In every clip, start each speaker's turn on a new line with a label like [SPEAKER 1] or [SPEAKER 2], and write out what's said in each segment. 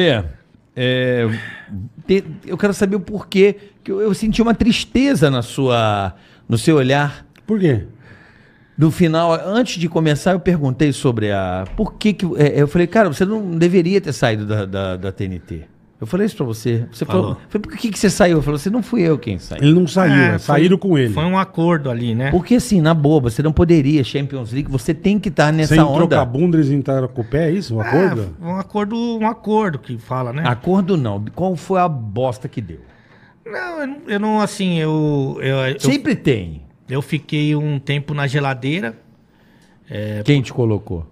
[SPEAKER 1] É, é, te- eu quero saber o porquê que eu, eu senti uma tristeza na sua, no seu olhar
[SPEAKER 2] Por quê?
[SPEAKER 1] do final. Antes de começar, eu perguntei sobre a por que que é, eu falei, cara, você não deveria ter saído da, da, da TNT. Eu falei isso pra você. Você falou,
[SPEAKER 2] Falou.
[SPEAKER 1] falei, por que que você saiu? Eu falei, você não fui eu quem saiu.
[SPEAKER 2] Ele não saiu,
[SPEAKER 3] É,
[SPEAKER 2] é,
[SPEAKER 3] foi-
[SPEAKER 2] saíram com ele.
[SPEAKER 3] Foi um acordo ali, né?
[SPEAKER 1] Porque assim, na boba, você não poderia Champions League. Você tem que estar nessa
[SPEAKER 2] Sem trocar
[SPEAKER 1] onda.
[SPEAKER 2] bunda, eles entraram com o pé, é isso? Um acordo?
[SPEAKER 3] Ah, um acordo, um acordo que fala, né?
[SPEAKER 1] Acordo não. Qual foi a bosta que deu?
[SPEAKER 3] Não, eu não, eu não, assim, eu eu, eu,
[SPEAKER 1] Sempre tem.
[SPEAKER 3] eu fiquei um tempo na geladeira.
[SPEAKER 1] Quem te colocou?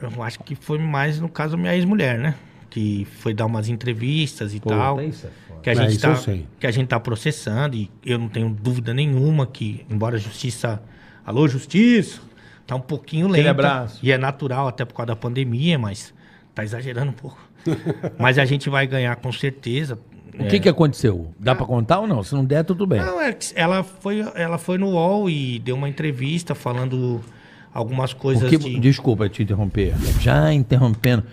[SPEAKER 3] Eu acho que foi mais no caso da minha ex-mulher, né? Que foi dar umas entrevistas e
[SPEAKER 1] Pô,
[SPEAKER 3] tal.
[SPEAKER 1] isso é foda.
[SPEAKER 3] Que a,
[SPEAKER 2] É,
[SPEAKER 3] gente
[SPEAKER 2] isso
[SPEAKER 3] tá,
[SPEAKER 2] eu sei.
[SPEAKER 3] que a gente tá processando e eu não tenho dúvida nenhuma que, embora a justiça. Alô, justiça! Tá um pouquinho
[SPEAKER 1] Aquele
[SPEAKER 3] lenta.
[SPEAKER 1] abraço.
[SPEAKER 3] E é natural, até por causa da pandemia, mas tá exagerando um pouco. mas a gente vai ganhar com certeza.
[SPEAKER 1] O
[SPEAKER 2] É.
[SPEAKER 1] que, que aconteceu? Dá pra contar ou não? Se não der, tudo bem.
[SPEAKER 3] Não, é que ela foi, ela foi no UOL e deu uma entrevista falando algumas coisas
[SPEAKER 1] Porque-
[SPEAKER 2] assim-
[SPEAKER 3] de.
[SPEAKER 1] Desculpa te interromper. Já interrompendo.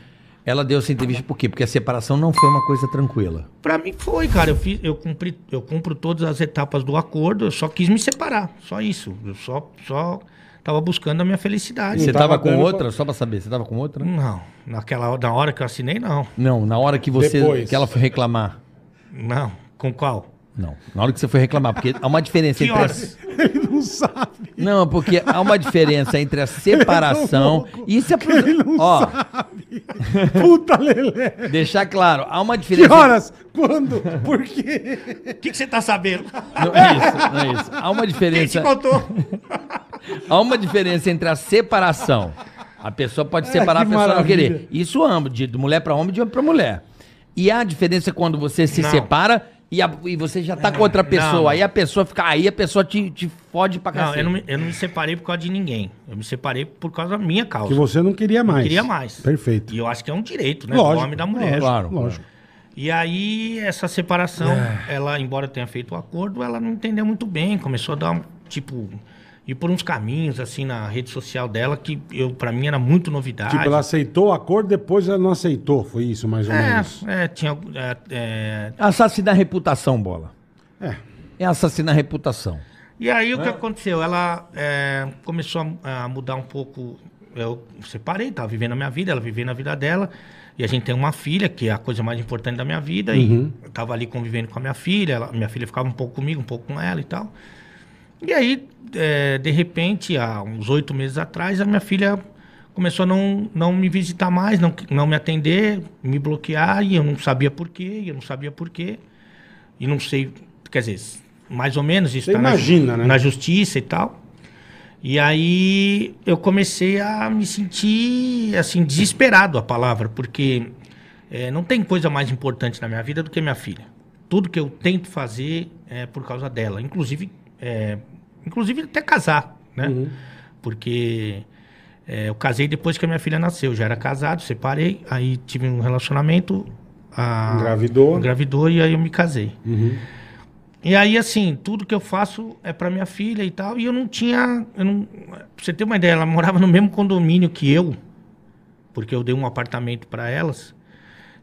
[SPEAKER 1] Ela deu essa entrevista por quê? Porque a separação não foi uma coisa tranquila.
[SPEAKER 3] Pra mim foi, cara. Eu, fiz, eu, cumpri, eu cumpro todas as etapas do acordo, eu só quis me separar. Só isso. Eu só, só tava buscando a minha felicidade.
[SPEAKER 1] Você
[SPEAKER 2] Não
[SPEAKER 1] tava,
[SPEAKER 2] tava
[SPEAKER 1] com
[SPEAKER 2] dando
[SPEAKER 1] outra?
[SPEAKER 2] pra-
[SPEAKER 1] Só pra saber, você tava com outra?
[SPEAKER 3] Não. Naquela hora- na hora que eu assinei, não.
[SPEAKER 1] Não, na hora que você.
[SPEAKER 2] Depois.
[SPEAKER 1] Que ela foi reclamar.
[SPEAKER 3] Não. Com qual?
[SPEAKER 1] Não. Na hora que você foi reclamar, porque há uma diferença
[SPEAKER 3] Que
[SPEAKER 1] entre. a-
[SPEAKER 3] horas?
[SPEAKER 2] Ele não sabe.
[SPEAKER 1] Não, porque há uma diferença entre a separação e se apro-
[SPEAKER 2] Ele não
[SPEAKER 1] Ó,
[SPEAKER 2] sabe. Puta lelé.
[SPEAKER 1] deixar claro, há uma diferença.
[SPEAKER 2] Que horas? Quando? Por quê?
[SPEAKER 3] O que, que você tá sabendo?
[SPEAKER 1] Não é isso, não é isso. Há uma
[SPEAKER 3] Quem te
[SPEAKER 1] diferença.
[SPEAKER 3] contou?
[SPEAKER 1] Há uma diferença entre a separação. A pessoa pode separar,
[SPEAKER 2] que
[SPEAKER 1] a pessoa não
[SPEAKER 2] maravilha.
[SPEAKER 1] querer. Isso ambos, de de mulher pra homem, de homem pra mulher. E há a diferença quando você se
[SPEAKER 3] Não.
[SPEAKER 1] separa e, a- e você já tá com outra pessoa.
[SPEAKER 3] não.
[SPEAKER 1] Aí a pessoa fica. Aí a pessoa te, te fode pra
[SPEAKER 3] Não,
[SPEAKER 1] cacete.
[SPEAKER 3] eu não, me, eu não me separei por causa de ninguém. Eu me separei por causa da minha causa.
[SPEAKER 2] Que você não queria mais.
[SPEAKER 3] Queria mais.
[SPEAKER 2] Perfeito.
[SPEAKER 3] E eu acho que é um direito, né? do homem e da mulher.
[SPEAKER 1] Claro.
[SPEAKER 2] Lógico.
[SPEAKER 3] E aí, essa separação, ela, embora eu tenha feito o acordo, ela não entendeu muito bem. Começou a dar, um, tipo, ir por uns caminhos, assim, na rede social dela, que eu para mim era muito novidade.
[SPEAKER 2] Tipo, ela aceitou o acordo, depois ela não aceitou. Foi isso, mais ou menos.
[SPEAKER 3] É, é, tinha. é, é.
[SPEAKER 1] Assassinar a reputação, bola.
[SPEAKER 2] É.
[SPEAKER 1] É assassinar a reputação.
[SPEAKER 3] E aí, o que aconteceu? Ela é, começou a, a mudar um pouco. Eu separei, tava vivendo a minha vida, ela vivendo a vida dela. E a gente tem uma filha, que é a coisa mais importante da minha vida. E eu tava ali convivendo com a minha filha. ela- minha filha ficava um pouco comigo, um pouco com ela e tal. E aí, é, de repente, há uns oito meses atrás, a minha filha começou a não, não me visitar mais, não, não me atender, me bloquear, e eu não sabia por quê, e eu não sabia por quê. E não sei, quer dizer, mais ou menos isso
[SPEAKER 2] Você
[SPEAKER 3] tá na ju-
[SPEAKER 2] imagina, né?
[SPEAKER 3] na justiça e tal. E aí eu comecei a me sentir, assim, desesperado a palavra, porque eh, não tem coisa mais importante na minha vida do que minha filha. Tudo que eu tento fazer é por causa dela, inclusive, eh, inclusive até casar, né? Porque eh, eu casei depois que a minha filha nasceu, já era casado, separei, aí tive um relacionamento... a-
[SPEAKER 2] Engravidou.
[SPEAKER 3] Engravidou e aí eu me casei.
[SPEAKER 2] Uhum.
[SPEAKER 3] E aí, assim, tudo que eu faço é pra minha filha e tal. E eu não tinha. Eu não, pra você ter uma ideia, ela morava no mesmo condomínio que eu, porque eu dei um apartamento pra elas.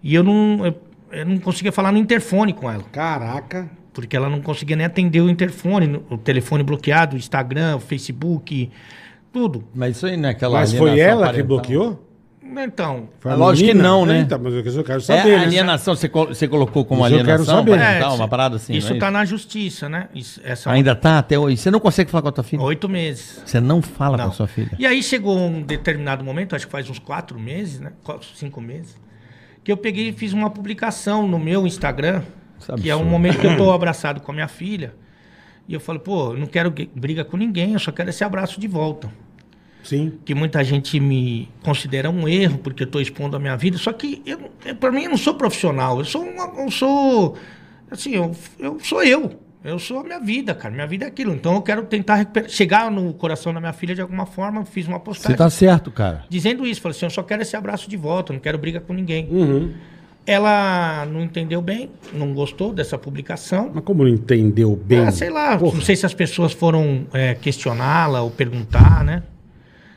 [SPEAKER 3] E eu não, eu, eu não conseguia falar no interfone com ela,
[SPEAKER 2] Caraca.
[SPEAKER 3] porque ela não conseguia nem atender o interfone, no- o telefone bloqueado, o Instagram, o Facebook, tudo.
[SPEAKER 1] Mas isso aí não é aquela.
[SPEAKER 2] Mas foi
[SPEAKER 1] alienação
[SPEAKER 2] ela que
[SPEAKER 1] parental.
[SPEAKER 2] bloqueou?
[SPEAKER 3] Então,
[SPEAKER 2] Foi a
[SPEAKER 1] Lógico que
[SPEAKER 2] menina?
[SPEAKER 1] não, né?
[SPEAKER 2] Eita, mas eu quero
[SPEAKER 1] É
[SPEAKER 2] saber, né?
[SPEAKER 1] alienação, você, col- você colocou como
[SPEAKER 2] Isso eu quero
[SPEAKER 1] alienação
[SPEAKER 2] saber.
[SPEAKER 1] parental,
[SPEAKER 3] é,
[SPEAKER 1] uma parada assim.
[SPEAKER 3] Isso
[SPEAKER 1] não é
[SPEAKER 3] tá na justiça, né? Isso- essa
[SPEAKER 1] Ainda tá até hoje. Você não consegue falar com a tua filha?
[SPEAKER 3] oito meses.
[SPEAKER 1] Você não fala
[SPEAKER 3] Não.
[SPEAKER 1] com a sua filha.
[SPEAKER 3] E aí chegou um determinado momento, acho que faz uns quatro meses, né? Quatro, cinco meses, que eu peguei e fiz uma publicação no meu Instagram,
[SPEAKER 1] Isso é
[SPEAKER 3] que é um
[SPEAKER 1] absurdo.
[SPEAKER 3] momento que eu tô abraçado com a minha filha. E eu falo, pô, eu não quero gue- briga com ninguém, eu só quero esse abraço de volta.
[SPEAKER 2] Sim.
[SPEAKER 3] Que muita gente me considera um erro, porque eu tô expondo a minha vida. Só que, eu, eu, pra mim, eu não sou profissional. Eu sou uma, eu sou. Assim, eu, eu sou eu. Eu sou a minha vida, cara. Minha vida é aquilo. Então eu quero tentar recuperar- chegar no coração da minha filha de alguma forma. Eu fiz uma postagem
[SPEAKER 1] Você tá certo, cara.
[SPEAKER 3] dizendo isso, falou assim, eu só quero esse abraço de volta, eu não quero briga com ninguém.
[SPEAKER 2] Uhum.
[SPEAKER 3] Ela não entendeu bem, não gostou dessa publicação.
[SPEAKER 2] Mas como não entendeu bem?
[SPEAKER 1] É,
[SPEAKER 3] Ah, sei lá,
[SPEAKER 2] Porra.
[SPEAKER 3] não sei se as pessoas foram é, questioná-la ou perguntar, né?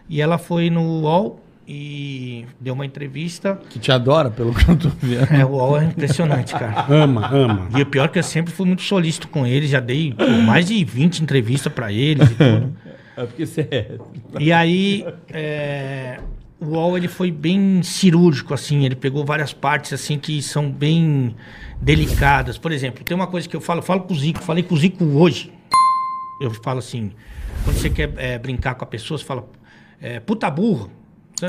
[SPEAKER 3] E ela foi no UOL e deu uma entrevista.
[SPEAKER 1] Que te adora, pelo que eu tô vendo.
[SPEAKER 3] É, o UOL é impressionante, cara.
[SPEAKER 2] Ama, ama.
[SPEAKER 3] E o pior é que eu sempre fui muito solícito com ele, já dei pô, mais de 20 entrevistas pra eles e tudo.
[SPEAKER 1] É porque você é.
[SPEAKER 3] E aí, é, o UOL ele foi bem cirúrgico, assim. Ele pegou várias partes, assim, que são bem delicadas. Por exemplo, tem uma coisa que eu falo, eu falo com o Zico. Falei com o Zico hoje. Eu falo assim, quando você quer é, brincar com a pessoa, você fala, é, puta burro.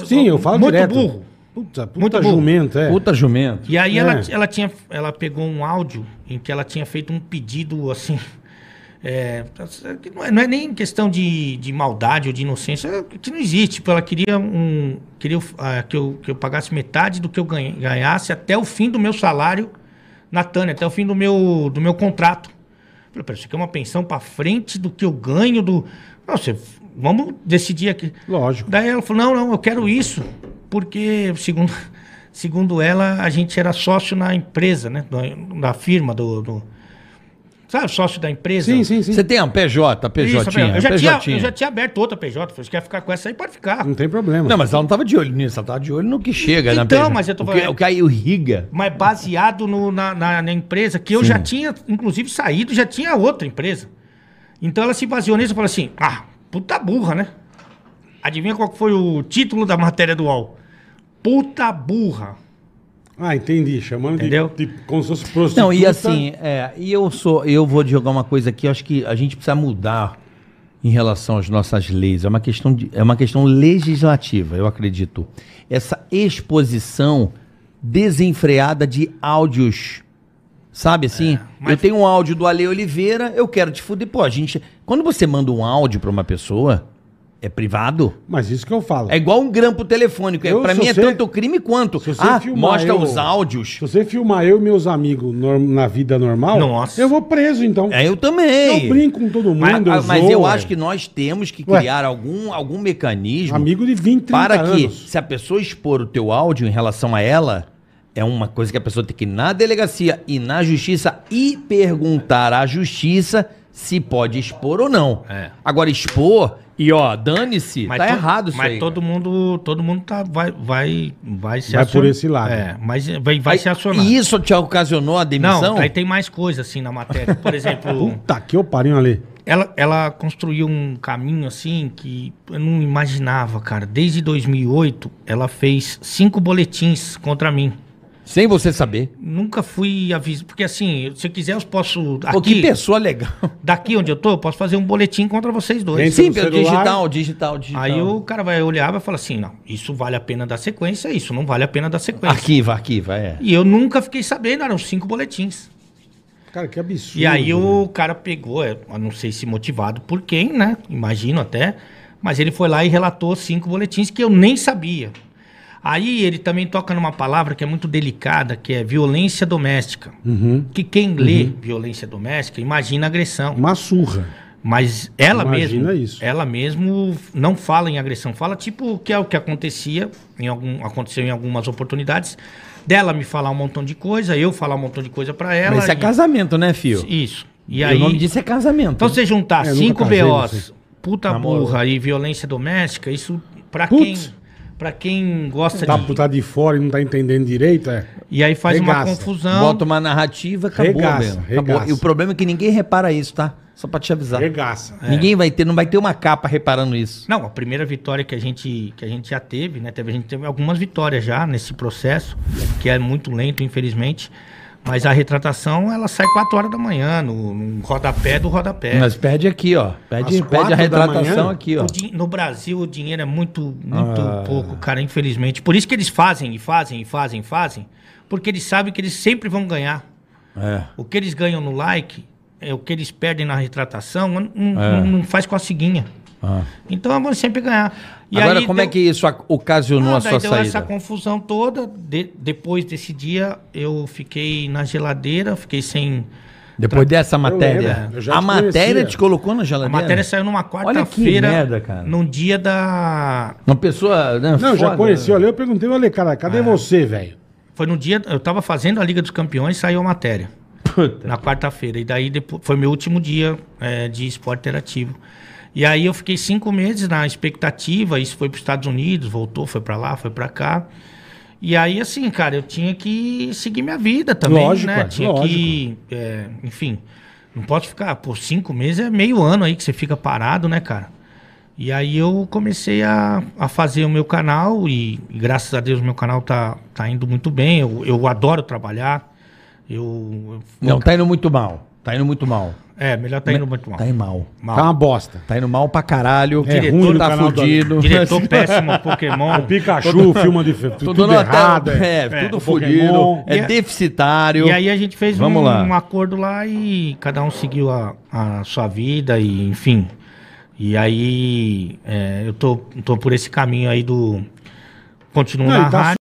[SPEAKER 2] Sim, eu falo
[SPEAKER 3] Muito
[SPEAKER 2] direto.
[SPEAKER 3] burro.
[SPEAKER 2] Puta, puta
[SPEAKER 3] Muito burro.
[SPEAKER 2] jumento, é.
[SPEAKER 1] Puta jumento.
[SPEAKER 3] E aí
[SPEAKER 2] É.
[SPEAKER 3] ela, ela, tinha, ela pegou um áudio em que ela tinha feito um pedido assim. é, que não, é, não é nem questão de, de maldade ou de inocência, é que não existe. Tipo, ela queria, um, queria ah, que, eu, que eu pagasse metade do que eu ganha- ganhasse até o fim do meu salário na Tânia, até o fim do meu, do meu contrato. Eu Falei, peraí, isso aqui é uma pensão para frente do que eu ganho do. Não, você, vamos decidir aqui.
[SPEAKER 2] Lógico.
[SPEAKER 3] Daí ela falou: não, não, eu quero isso, porque, segundo, segundo ela, a gente era sócio na empresa, né? Da, da firma, do, do- Sabe, sócio da empresa?
[SPEAKER 2] Sim, sim, sim.
[SPEAKER 1] Você tem a PJ, a PJ?
[SPEAKER 3] Isso, eu, já tinha, eu já tinha aberto outra PJ. Falei, se quer ficar com essa aí, pode ficar.
[SPEAKER 2] Não tem problema.
[SPEAKER 1] Não, mas ela não tava de olho nisso, ela tava de olho no que chega na
[SPEAKER 3] Então,
[SPEAKER 1] PJ.
[SPEAKER 3] mas eu tô
[SPEAKER 1] o que,
[SPEAKER 3] falando-
[SPEAKER 1] o que aí o Riga.
[SPEAKER 3] Mas baseado no- na, na- na empresa, que eu já tinha, inclusive, saído, já tinha outra empresa. Então ela se baseou nisso e falou assim: ah, puta burra, né? Adivinha qual que foi o título da matéria do UOL? Puta burra.
[SPEAKER 2] Ah, entendi. Chamando de-
[SPEAKER 3] Entendeu?
[SPEAKER 2] de, como se fosse prostituta.
[SPEAKER 1] Não, e assim, é, e eu sou, eu vou jogar uma coisa aqui, eu acho que a gente precisa mudar em relação às nossas leis. É uma questão de, é uma questão legislativa, eu acredito. Essa exposição desenfreada de áudios. Sabe assim?
[SPEAKER 2] É,
[SPEAKER 3] mas-
[SPEAKER 1] Eu tenho um áudio do Ale Oliveira, eu quero te fuder. Pô, a gente. Quando você manda um áudio pra uma pessoa, é privado?
[SPEAKER 2] Mas isso que eu falo.
[SPEAKER 1] É igual um grampo telefônico. É,
[SPEAKER 2] Eu,
[SPEAKER 1] pra
[SPEAKER 2] se
[SPEAKER 1] mim é
[SPEAKER 2] você-
[SPEAKER 1] tanto crime quanto.
[SPEAKER 2] se você
[SPEAKER 1] Ah,
[SPEAKER 2] filmar
[SPEAKER 1] mostra
[SPEAKER 2] eu-
[SPEAKER 1] os áudios.
[SPEAKER 2] Se você filmar eu e meus amigos norm- na vida normal,
[SPEAKER 3] Nossa.
[SPEAKER 2] eu vou preso, então.
[SPEAKER 1] É, eu também.
[SPEAKER 2] Eu brinco com todo mundo,
[SPEAKER 1] Mas,
[SPEAKER 2] eu
[SPEAKER 1] ah, mas eu
[SPEAKER 2] zoo,
[SPEAKER 1] acho
[SPEAKER 2] é.
[SPEAKER 1] que nós temos que
[SPEAKER 2] Ué.
[SPEAKER 1] criar algum, algum mecanismo
[SPEAKER 2] Amigo de 20, 30
[SPEAKER 1] para que,
[SPEAKER 2] anos.
[SPEAKER 1] se a pessoa expor o teu áudio em relação a ela, é uma coisa que a pessoa tem que ir na delegacia e na justiça e perguntar à justiça se pode expor ou não.
[SPEAKER 3] É.
[SPEAKER 1] Agora, expor e ó, dane-se, tá
[SPEAKER 3] to-
[SPEAKER 1] errado isso
[SPEAKER 3] mas
[SPEAKER 1] aí.
[SPEAKER 3] todo mundo, todo mundo tá, vai, vai, vai se
[SPEAKER 2] Vai
[SPEAKER 3] acion-
[SPEAKER 2] por esse lado.
[SPEAKER 3] É, mas vai, vai
[SPEAKER 1] Aí-
[SPEAKER 3] se acionar.
[SPEAKER 1] E isso te ocasionou a demissão?
[SPEAKER 3] Não, aí tem mais coisa assim na matéria. Por exemplo,
[SPEAKER 2] Puta que eu pariu ali.
[SPEAKER 3] ela, ela construiu um caminho assim que eu não imaginava, cara. Desde 2008, ela fez cinco boletins contra mim.
[SPEAKER 1] Sem você saber.
[SPEAKER 3] Nunca fui avisado. Porque assim, se eu quiser, eu posso.
[SPEAKER 1] Pô, que
[SPEAKER 3] Aqui,
[SPEAKER 1] pessoa legal.
[SPEAKER 3] daqui onde eu tô, eu posso fazer um boletim contra vocês dois.
[SPEAKER 2] Entra
[SPEAKER 1] Sim,
[SPEAKER 2] no
[SPEAKER 1] pelo
[SPEAKER 2] celular.
[SPEAKER 1] digital, digital, digital.
[SPEAKER 3] Aí o cara vai olhar e vai falar assim: não, isso vale a pena dar sequência, isso não vale a pena dar sequência.
[SPEAKER 1] Arquiva, arquiva, é.
[SPEAKER 3] E eu nunca fiquei sabendo, eram cinco boletins.
[SPEAKER 2] Cara, que absurdo.
[SPEAKER 3] E aí
[SPEAKER 2] né?
[SPEAKER 1] Uhum.
[SPEAKER 3] o cara pegou, é, eu não sei se motivado por quem, né? Imagino até. Mas ele foi lá e relatou cinco boletins que eu nem sabia. Aí ele também toca numa palavra que é muito delicada, que é violência doméstica.
[SPEAKER 1] Hum.
[SPEAKER 2] Uhum.
[SPEAKER 3] Que quem lê violência doméstica imagina agressão.
[SPEAKER 2] Uma surra.
[SPEAKER 3] Mas ela
[SPEAKER 2] Imagina
[SPEAKER 3] mesma,
[SPEAKER 2] isso.
[SPEAKER 3] ela mesmo não fala em agressão, fala tipo o que é o que acontecia em algum aconteceu em algumas oportunidades dela me falar um montão de coisa, eu falar um montão de coisa pra ela.
[SPEAKER 1] Mas isso é
[SPEAKER 3] e-
[SPEAKER 1] casamento, né, filho?
[SPEAKER 3] Isso. E
[SPEAKER 1] E
[SPEAKER 3] aí,
[SPEAKER 1] o nome disso é casamento.
[SPEAKER 3] então você juntar
[SPEAKER 2] É, eu
[SPEAKER 3] cinco
[SPEAKER 2] nunca casei,
[SPEAKER 3] BOs,
[SPEAKER 2] não sei.
[SPEAKER 3] puta
[SPEAKER 1] Namoro.
[SPEAKER 3] burra e violência doméstica, isso pra quem
[SPEAKER 2] Putz.
[SPEAKER 3] para quem gosta
[SPEAKER 2] Tá,
[SPEAKER 3] de
[SPEAKER 2] tá de fora e não tá entendendo direito, é.
[SPEAKER 3] e aí faz uma
[SPEAKER 2] regaça.
[SPEAKER 3] confusão.
[SPEAKER 1] Bota uma narrativa, acabou,
[SPEAKER 2] Regaça,
[SPEAKER 1] velho. Acabou.
[SPEAKER 2] regaça.
[SPEAKER 1] E o problema é que ninguém repara isso, tá? Só pra te avisar.
[SPEAKER 2] Regaça.
[SPEAKER 3] É.
[SPEAKER 1] Ninguém vai ter, não vai ter uma capa reparando isso.
[SPEAKER 3] Não, a primeira vitória que a gente, que a gente já teve, né? Teve, a gente teve algumas vitórias já nesse processo, que é muito lento, infelizmente. Mas a retratação, ela sai 4 horas da manhã, no, no rodapé do rodapé.
[SPEAKER 1] Mas pede aqui, ó. Pede,
[SPEAKER 2] Às
[SPEAKER 1] pede
[SPEAKER 2] quatro
[SPEAKER 1] a
[SPEAKER 2] da
[SPEAKER 1] retratação
[SPEAKER 2] manhã?
[SPEAKER 1] aqui, ó.
[SPEAKER 3] É. O din- no Brasil, o dinheiro é muito, muito
[SPEAKER 2] Ah.
[SPEAKER 3] pouco, cara, infelizmente. Por isso que eles fazem, e fazem, e fazem, e fazem. Porque eles sabem que eles sempre vão ganhar.
[SPEAKER 1] É.
[SPEAKER 3] O que eles ganham no like, é, o que eles perdem na retratação, não, não-
[SPEAKER 1] É.
[SPEAKER 3] não faz com a ciguinha.
[SPEAKER 1] Ah.
[SPEAKER 3] Então, vão sempre ganhar. E
[SPEAKER 1] Agora,
[SPEAKER 3] aí
[SPEAKER 1] como é
[SPEAKER 3] deu-
[SPEAKER 1] que isso ac- ocasionou a
[SPEAKER 3] Nada,
[SPEAKER 1] sua
[SPEAKER 3] aí deu
[SPEAKER 1] saída?
[SPEAKER 3] essa confusão toda. De- depois desse dia, eu fiquei na geladeira, fiquei sem.
[SPEAKER 1] Depois dessa matéria.
[SPEAKER 2] lembro, eu já
[SPEAKER 1] a
[SPEAKER 2] te
[SPEAKER 1] matéria
[SPEAKER 2] conhecia.
[SPEAKER 1] te colocou na
[SPEAKER 3] A
[SPEAKER 1] geladeira?
[SPEAKER 3] matéria saiu numa
[SPEAKER 1] Olha que
[SPEAKER 3] quarta-feira,
[SPEAKER 1] merda, cara.
[SPEAKER 3] num dia da.
[SPEAKER 1] Uma pessoa. né,
[SPEAKER 2] Não, eu já
[SPEAKER 1] foda,
[SPEAKER 2] conheci,
[SPEAKER 1] né?
[SPEAKER 2] É. olha, eu perguntei, olha, cara, cadê você, velho?
[SPEAKER 3] Foi no dia, eu tava fazendo a Liga dos Campeões e saiu a matéria.
[SPEAKER 1] Puta.
[SPEAKER 3] Na quarta-feira. E daí depois, foi meu último dia é, de esporte interativo. E aí eu fiquei cinco meses na expectativa. Isso foi para os Estados Unidos, voltou, foi para lá, foi para cá. E aí, assim, cara, eu tinha que seguir minha vida também,
[SPEAKER 2] Lógico,
[SPEAKER 3] né?
[SPEAKER 2] é,
[SPEAKER 3] Tinha que, é, enfim, não posso ficar, por cinco meses é meio ano aí que você fica parado, né, cara? E aí eu comecei a, a fazer o meu canal e, e graças a Deus, o meu canal tá, tá indo muito bem. Eu, eu adoro trabalhar. Eu, eu-
[SPEAKER 1] Não, tá indo muito mal. Tá indo muito mal.
[SPEAKER 3] É, melhor tá indo muito mal.
[SPEAKER 1] Tá indo mal.
[SPEAKER 3] Mal.
[SPEAKER 2] Tá uma bosta.
[SPEAKER 1] Tá indo mal pra caralho.
[SPEAKER 2] É
[SPEAKER 1] Diretor
[SPEAKER 2] ruim no
[SPEAKER 1] tá
[SPEAKER 2] canal do-
[SPEAKER 1] fudido.
[SPEAKER 3] Diretor péssimo, Pokémon.
[SPEAKER 2] Pikachu, filma de fe- tudo,
[SPEAKER 1] Tô dando até-
[SPEAKER 2] errado.
[SPEAKER 1] é,
[SPEAKER 2] é.
[SPEAKER 1] tudo
[SPEAKER 2] o
[SPEAKER 1] fudido.
[SPEAKER 2] Pokémon.
[SPEAKER 1] É
[SPEAKER 3] E a-
[SPEAKER 1] deficitário.
[SPEAKER 3] E aí a gente fez
[SPEAKER 1] Vamos
[SPEAKER 3] um,
[SPEAKER 1] lá.
[SPEAKER 3] um acordo lá e cada um seguiu a, a sua vida e enfim. E aí é, eu tô, tô por esse caminho aí do continuo
[SPEAKER 2] Não,
[SPEAKER 3] na
[SPEAKER 2] e tá
[SPEAKER 3] rádio.